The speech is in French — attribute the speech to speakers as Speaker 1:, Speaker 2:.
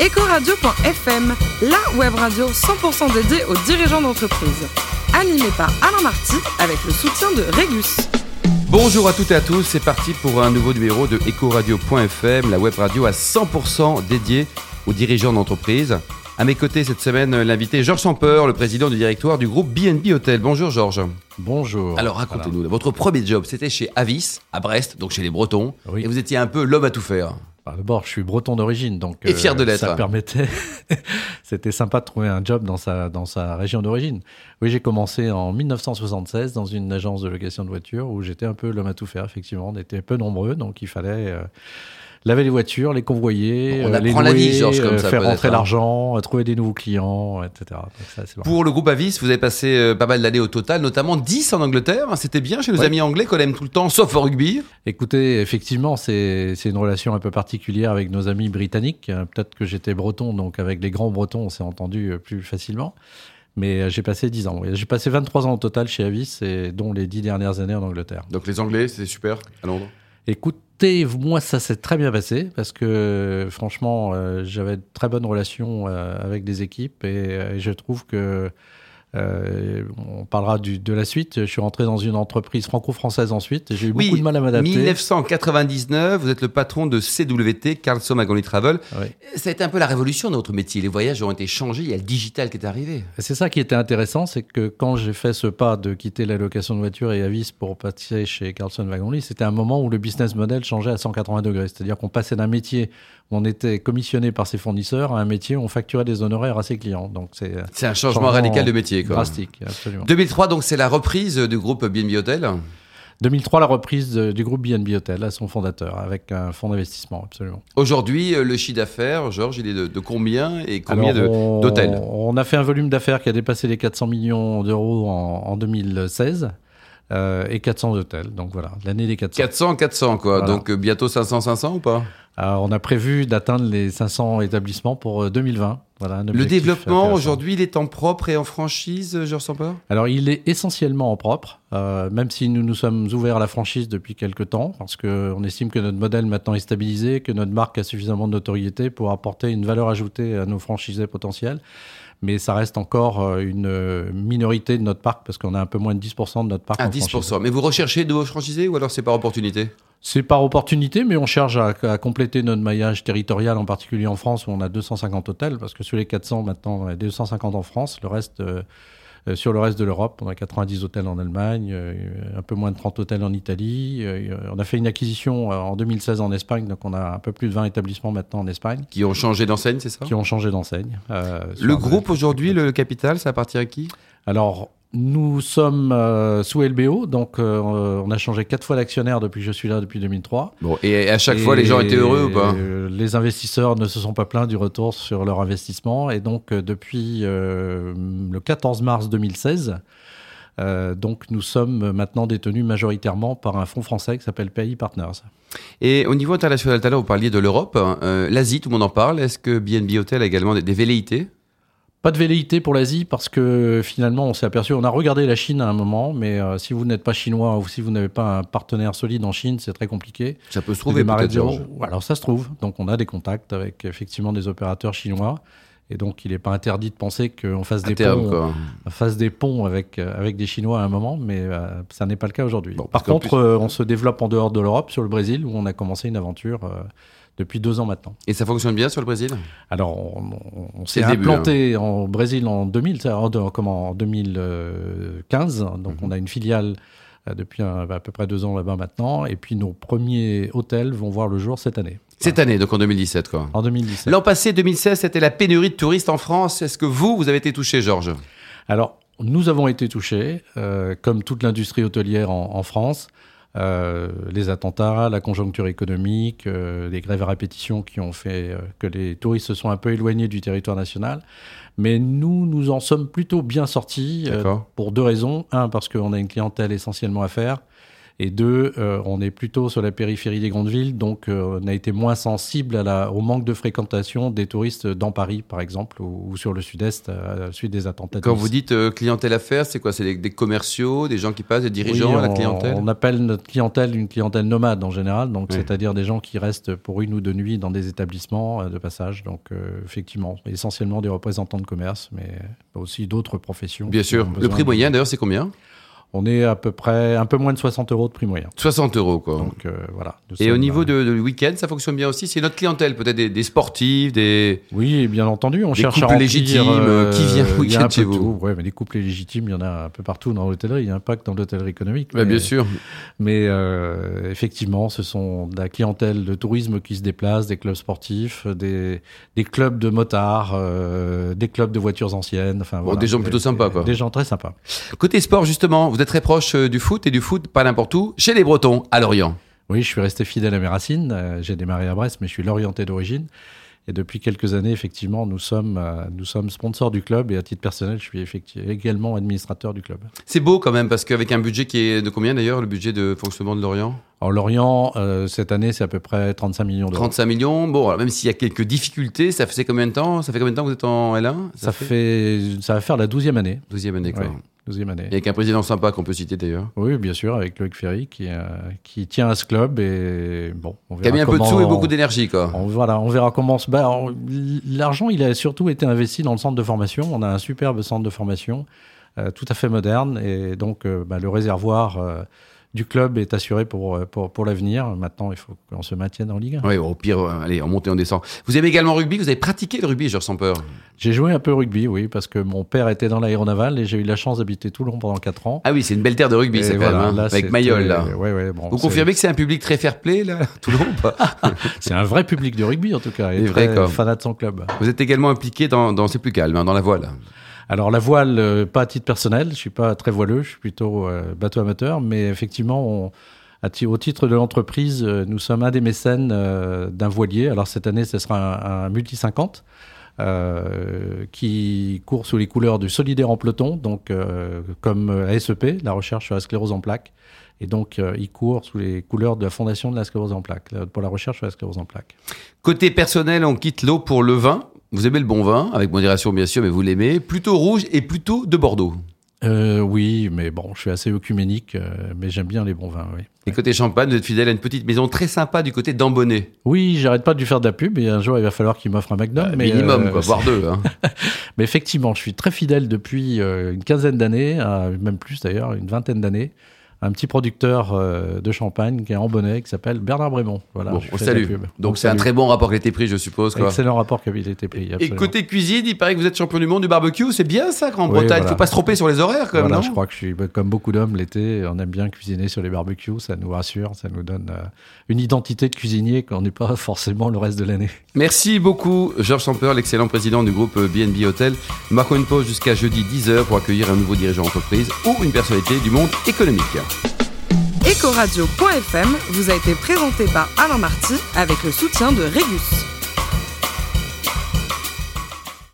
Speaker 1: Ecoradio.fm, la web radio 100% dédiée aux dirigeants d'entreprise. Animée par Alain Marty avec le soutien de Régus.
Speaker 2: Bonjour à toutes et à tous, c'est parti pour un nouveau numéro de Ecoradio.fm, la web radio à 100% dédiée aux dirigeants d'entreprise. À mes côtés cette semaine, l'invité Georges Sampeur, le président du directoire du groupe BNB Hôtel. Bonjour Georges.
Speaker 3: Bonjour.
Speaker 2: Alors racontez-nous, votre premier job, c'était chez Avis, à Brest, donc chez les Bretons,
Speaker 3: Oui.
Speaker 2: et vous étiez un peu l'homme à tout faire.
Speaker 3: Bah, D'abord, je suis breton d'origine, donc euh,
Speaker 2: Et fier de l'être.
Speaker 3: ça permettait. C'était sympa de trouver un job dans sa, dans sa région d'origine. Oui, j'ai commencé en 1976 dans une agence de location de voitures où j'étais un peu l'homme à tout faire, effectivement. On était peu nombreux, donc il fallait euh, laver les voitures, les convoyer,
Speaker 2: On
Speaker 3: euh, les
Speaker 2: apprend la vie,
Speaker 3: louer,
Speaker 2: Georges, comme
Speaker 3: euh,
Speaker 2: ça,
Speaker 3: faire
Speaker 2: peut-être,
Speaker 3: rentrer
Speaker 2: hein.
Speaker 3: l'argent, euh, trouver des nouveaux clients, etc. Donc ça, c'est marrant.
Speaker 2: Pour le groupe Avis, vous avez passé euh, pas mal d'années au total, notamment 10 en Angleterre. C'était bien chez nos
Speaker 3: Ouais.
Speaker 2: amis anglais qu'on aime tout le temps, sauf au rugby.
Speaker 3: Écoutez, effectivement, c'est c'est une relation un peu particulière avec nos amis britanniques. Euh, Peut-être que j'étais breton, donc avec les grands bretons, on s'est entendu euh, plus facilement. Mais euh, j'ai passé 10 ans. oui. J'ai passé 23 ans au total chez Avis, et dont les 10 dernières années en Angleterre.
Speaker 2: Donc les Anglais, c'était super à Londres.
Speaker 3: Écoutez, moi, ça s'est très bien passé parce que franchement, euh, j'avais de très bonnes relations euh, avec des équipes et, euh, et je trouve que. euh, on parlera du- de la suite. Je suis rentré dans une entreprise franco-française ensuite. J'ai eu
Speaker 2: Oui,
Speaker 3: beaucoup de mal à m'adapter.
Speaker 2: 1999, vous êtes le patron de CWT, Carlson Agony Travel.
Speaker 3: Ouais.
Speaker 2: Ça a été un peu la révolution de notre métier. Les voyages ont été changés, il y a le digital qui est arrivé.
Speaker 3: C'est ça qui était intéressant, c'est que quand j'ai fait ce pas de quitter la location de voiture et Avis pour passer chez Carlson Wagonly, c'était un moment où le business model changeait à 180 degrés. C'est-à-dire qu'on passait d'un métier où on était commissionné par ses fournisseurs à un métier où on facturait des honoraires à ses clients. Donc c'est euh,
Speaker 2: C'est un changement,
Speaker 3: Changement
Speaker 2: radical de métier. Quoi.
Speaker 3: drastique, absolument.
Speaker 2: 2003, donc c'est la reprise euh, du groupe BNB Hotel.
Speaker 3: 2003, la reprise de- du groupe BNB Hotel à son fondateur avec un fonds d'investissement, absolument.
Speaker 2: Aujourd'hui, euh, le chiffre d'affaires, Georges, il est de, de combien et combien
Speaker 3: Alors,
Speaker 2: de-
Speaker 3: on-
Speaker 2: d'hôtels
Speaker 3: On a fait un volume d'affaires qui a dépassé les 400 millions d'euros en, en 2016 euh, et 400 hôtels. Donc voilà, l'année des 400.
Speaker 2: 400, 400 quoi.
Speaker 3: Voilà.
Speaker 2: Donc euh, bientôt 500, 500 ou pas
Speaker 3: Alors, Ah, on a prévu d'atteindre les 500 établissements pour euh, 2020. Voilà, un
Speaker 2: Le
Speaker 3: objectif
Speaker 2: développement
Speaker 3: intéressant.
Speaker 2: aujourd'hui, il est en propre et en franchise, Georges Sampeur
Speaker 3: Alors, il est essentiellement en propre, euh, même si nous nous sommes ouverts à la franchise depuis quelques temps, parce qu'on estime que notre modèle maintenant est stabilisé, que notre marque a suffisamment de notoriété pour apporter une valeur ajoutée à nos franchisés potentiels. Mais ça reste encore euh, une euh, minorité de notre parc, parce qu'on a un peu moins de 10% de notre parc.
Speaker 2: Un
Speaker 3: en franchise.
Speaker 2: 10%. Mais vous recherchez de nouveaux franchisés ou alors c'est par opportunité
Speaker 3: C'est par opportunité, mais on cherche à, à compléter notre maillage territorial, en particulier en France où on a 250 hôtels, parce que sur les 400 maintenant, on a 250 en France, le reste, euh, euh, sur le reste de l'Europe, on a 90 hôtels en Allemagne, euh, un peu moins de 30 hôtels en Italie. euh, on a fait une acquisition euh, en 2016 en Espagne, donc on a un peu plus de 20 établissements maintenant en Espagne
Speaker 2: Qui ont changé d'enseigne, c'est ça
Speaker 3: qui ont changé d'enseigne. euh, sur
Speaker 2: Oh. Le
Speaker 3: un-
Speaker 2: groupe aujourd'hui, le capital, ça appartient à qui
Speaker 3: Alors, nous sommes euh, sous LBO, donc euh, on a changé quatre fois d'actionnaire depuis que je suis là, depuis 2003.
Speaker 2: Bon, et à chaque
Speaker 3: Et
Speaker 2: fois, les gens étaient heureux ou pas
Speaker 3: euh, Les investisseurs ne se sont pas plaints du retour sur leur investissement. Et donc, euh, depuis euh, le 14 mars 2016, euh, donc nous sommes maintenant détenus majoritairement par un fonds français qui s'appelle PAI Partners.
Speaker 2: Et au niveau international, tout à l'heure, vous parliez de l'Europe, hein, euh, l'Asie, tout le monde en parle. Est-ce que BNB Hotel a également des, des velléités
Speaker 3: Pas de velléité pour l'Asie parce que finalement on s'est aperçu, on a regardé la Chine à un moment, mais euh, si vous n'êtes pas chinois ou si vous n'avez pas un partenaire solide en Chine, c'est très compliqué.
Speaker 2: Ça peut se
Speaker 3: de
Speaker 2: trouver,
Speaker 3: démarrer
Speaker 2: peut-être,
Speaker 3: de zéro.
Speaker 2: Georges.
Speaker 3: Alors ça se trouve, donc on a des contacts avec effectivement des opérateurs chinois, et donc il n'est pas interdit de penser qu'on fasse
Speaker 2: À
Speaker 3: des
Speaker 2: terme,
Speaker 3: ponts hein.
Speaker 2: quoi.
Speaker 3: fasse des ponts avec, euh, avec des Chinois à un moment, mais euh, ça n'est pas le cas aujourd'hui.
Speaker 2: Bon, parce
Speaker 3: Par
Speaker 2: qu'en
Speaker 3: contre,
Speaker 2: plus-
Speaker 3: euh, on se développe en dehors de l'Europe, sur le Brésil, où on a commencé une aventure euh, depuis deux ans maintenant.
Speaker 2: Et ça fonctionne bien sur le Brésil
Speaker 3: Alors, on, on- on
Speaker 2: C'est
Speaker 3: s'est
Speaker 2: le début, hein.
Speaker 3: implanté en Brésil en 2000, c'est-à-dire en, de- comment, en 2015,
Speaker 2: Mhm.
Speaker 3: donc on a une filiale euh, depuis un- à peu près deux ans là-bas maintenant, et puis nos premiers hôtels vont voir le jour cette année,
Speaker 2: Cette année, donc en 2017, quoi.
Speaker 3: en 2017.
Speaker 2: L'an passé, 2016, c'était la pénurie de touristes en France. Est-ce que vous, vous avez été touché, Georges
Speaker 3: Alors, nous avons été touchés, euh, comme toute l'industrie hôtelière en, en France. Euh, les attentats, la conjoncture économique, euh, les grèves à répétition qui ont fait euh, que les touristes se sont un peu éloignés du territoire national. Mais nous, nous en sommes plutôt bien sortis euh,
Speaker 2: D'accord.
Speaker 3: pour deux raisons. Un, parce qu'on a une clientèle essentiellement à faire. Et deux, euh, on est plutôt sur la périphérie des grandes villes, donc euh, on a été moins sensible à la, au manque de fréquentation des touristes dans Paris, par exemple, ou, ou sur le sud-est, euh, à la suite des attentats. de
Speaker 2: Quand
Speaker 3: Nice.
Speaker 2: vous dites euh, clientèle affaires, c'est quoi C'est des, des commerciaux, des gens qui passent, des dirigeants,
Speaker 3: Oui,
Speaker 2: la
Speaker 3: on-
Speaker 2: clientèle
Speaker 3: On appelle notre clientèle une clientèle nomade en général, donc
Speaker 2: Oui.
Speaker 3: c'est-à-dire des gens qui restent pour une ou deux nuits dans des établissements euh, de passage. Donc euh, effectivement, essentiellement des représentants de commerce, mais aussi d'autres professions.
Speaker 2: Bien
Speaker 3: qui
Speaker 2: sûr.
Speaker 3: ont
Speaker 2: Le
Speaker 3: besoin
Speaker 2: prix
Speaker 3: de-
Speaker 2: moyen, d'ailleurs, c'est combien
Speaker 3: On est à peu près un peu moins de 60 euros de prix moyen.
Speaker 2: 60 euros, quoi.
Speaker 3: Donc euh, voilà. Nous
Speaker 2: Et au
Speaker 3: sommes,
Speaker 2: niveau de,
Speaker 3: euh,
Speaker 2: de week-end, ça fonctionne bien aussi. C'est notre clientèle, peut-être des, des sportifs, des.
Speaker 3: Oui, et bien entendu, on
Speaker 2: Des
Speaker 3: cherche à
Speaker 2: couples
Speaker 3: remplir.
Speaker 2: légitimes, euh, qui vient
Speaker 3: il y a
Speaker 2: week-end
Speaker 3: un peu
Speaker 2: chez
Speaker 3: de
Speaker 2: vous.
Speaker 3: tout, ouais, mais des couples légitimes, il y en a un peu partout dans l'hôtellerie. Il y a un pacte dans l'hôtellerie économique.
Speaker 2: Bah,
Speaker 3: mais-
Speaker 2: bien sûr.
Speaker 3: Mais euh, effectivement, ce sont de la clientèle de tourisme qui se déplace, des clubs sportifs, des, des clubs de motards, euh, des clubs de voitures anciennes. Enfin, voilà.
Speaker 2: des gens plutôt sympas, quoi.
Speaker 3: Des gens très sympas.
Speaker 2: Côté sport, justement, vous êtes très proche euh, du foot et du foot, pas n'importe où, chez les Bretons, à Lorient.
Speaker 3: Oui, je suis resté fidèle à mes racines. Euh, J'ai démarré à Brest, mais je suis l'orienté d'origine. Et depuis quelques années, effectivement, nous sommes, euh, nous sommes sponsors du club. Et à titre personnel, je suis effectivement également administrateur du club.
Speaker 2: C'est beau quand même, parce qu'avec un budget qui est de combien d'ailleurs, le budget de fonctionnement de Lorient
Speaker 3: Alors, Lorient, euh, cette année, c'est à peu près 35 millions d'euros.
Speaker 2: 35 millions. Bon, alors, même s'il y a quelques difficultés, ça faisait combien de temps Ça fait combien de temps que vous êtes en L1
Speaker 3: Ça, fait... ça va faire la 12e année.
Speaker 2: 12e année, quoi.
Speaker 3: Ouais, 12e année.
Speaker 2: Et avec un président sympa qu'on peut citer d'ailleurs.
Speaker 3: Oui, bien sûr, avec Loïc Ferry qui, euh, qui tient à ce club et bon, on
Speaker 2: Qui a
Speaker 3: verra
Speaker 2: mis un peu de
Speaker 3: comment-
Speaker 2: sous et beaucoup d'énergie, quoi.
Speaker 3: on, voilà, on verra comment se bat. On- L'argent, il a surtout été investi dans le centre de formation. On a un superbe centre de formation, euh, tout à fait moderne, et donc euh, bah, le réservoir euh, du club est assuré pour euh, pour, pour l'avenir. Maintenant, il faut qu'on se maintienne en Ligue. 1.
Speaker 2: Oui, au pire, euh, allez, on monte et on descend. Vous aimez également le rugby, vous avez pratiqué le rugby, je ressens peur.
Speaker 3: J'ai joué un peu au rugby, oui, parce que mon père était dans l'aéronaval et j'ai eu la chance d'habiter Toulon pendant 4 ans.
Speaker 2: Ah oui, c'est une belle terre de rugby,
Speaker 3: Et
Speaker 2: ça, quand
Speaker 3: voilà,
Speaker 2: même, hein,
Speaker 3: là,
Speaker 2: avec
Speaker 3: c'était-
Speaker 2: Mayol, là.
Speaker 3: ouais, ouais, bon,
Speaker 2: Vous
Speaker 3: c'est-
Speaker 2: confirmez que c'est un public très fair-play, là, à Toulon ou pas
Speaker 3: C'est un vrai public de rugby, en tout cas, et
Speaker 2: Des vrais,
Speaker 3: très
Speaker 2: quoi.
Speaker 3: fanat de son club.
Speaker 2: Vous êtes également impliqué dans, dans C'est plus calme, hein, dans la voile.
Speaker 3: Alors la voile, euh, pas à titre personnel, je suis pas très voileux, je suis plutôt euh, bateau amateur, mais effectivement, on- à ti- au titre de l'entreprise, euh, nous sommes un des mécènes euh, d'un voilier. Alors cette année, ce sera un, un multi 50 euh, qui court sous les couleurs du solidaire en peloton, donc euh, comme euh, ASEP, la recherche sur la sclérose en plaques. Et donc, euh, il court sous les couleurs de la Fondation de la sclérose en plaques, là, pour la recherche sur la sclérose en plaques.
Speaker 2: Côté personnel, on quitte l'eau pour le vin. Vous aimez le bon vin, avec modération bien sûr, mais vous l'aimez. Plutôt rouge et plutôt de Bordeaux.
Speaker 3: Euh, oui, mais bon, je suis assez œcuménique, euh, mais j'aime bien les bons vins, oui.
Speaker 2: Et côté champagne, vous êtes fidèle à une petite maison très sympa du côté d'Ambonnet.
Speaker 3: Oui, j'arrête pas de lui faire de la pub et un jour il va falloir qu'il m'offre un Magnum. mais,
Speaker 2: Bah, Minimum,
Speaker 3: euh,
Speaker 2: quoi, voire deux. hein.
Speaker 3: Mais effectivement, je suis très fidèle depuis euh, une quinzaine d'années, à- même plus d'ailleurs, une vingtaine d'années, à un petit producteur euh, de champagne qui est en bonnet, qui s'appelle Bernard Brémond. Voilà,
Speaker 2: Bon,
Speaker 3: je
Speaker 2: on
Speaker 3: fais de la
Speaker 2: salue.
Speaker 3: pub. On
Speaker 2: Donc c'est un
Speaker 3: salue.
Speaker 2: très bon rapport qualité-prix, je suppose. Quoi.
Speaker 3: excellent rapport qualité prix.
Speaker 2: Et
Speaker 3: absolument.
Speaker 2: côté cuisine, il paraît que vous êtes champion du monde du barbecue. C'est bien ça, en
Speaker 3: Oui,
Speaker 2: Bretagne.
Speaker 3: voilà.
Speaker 2: Faut pas se tromper sur les horaires, quand même,
Speaker 3: Voilà,
Speaker 2: non
Speaker 3: je crois que je suis bah, comme beaucoup d'hommes l'été, on aime bien cuisiner sur les barbecues, ça nous rassure, ça nous donne euh, une identité de cuisinier qu'on n'est pas forcément le reste de l'année.
Speaker 2: Merci beaucoup, Georges Samper, l'excellent président du groupe BNB Hotel. Nous marquons une pause jusqu'à jeudi 10h pour accueillir un nouveau dirigeant d'entreprise ou une personnalité du monde économique.
Speaker 1: Ecoradio.fm vous a été présenté par Alain Marty avec le soutien de Regus.